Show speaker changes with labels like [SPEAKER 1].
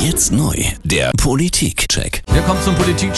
[SPEAKER 1] Jetzt neu, der Politikcheck.
[SPEAKER 2] Wir kommen zum Politikcheck.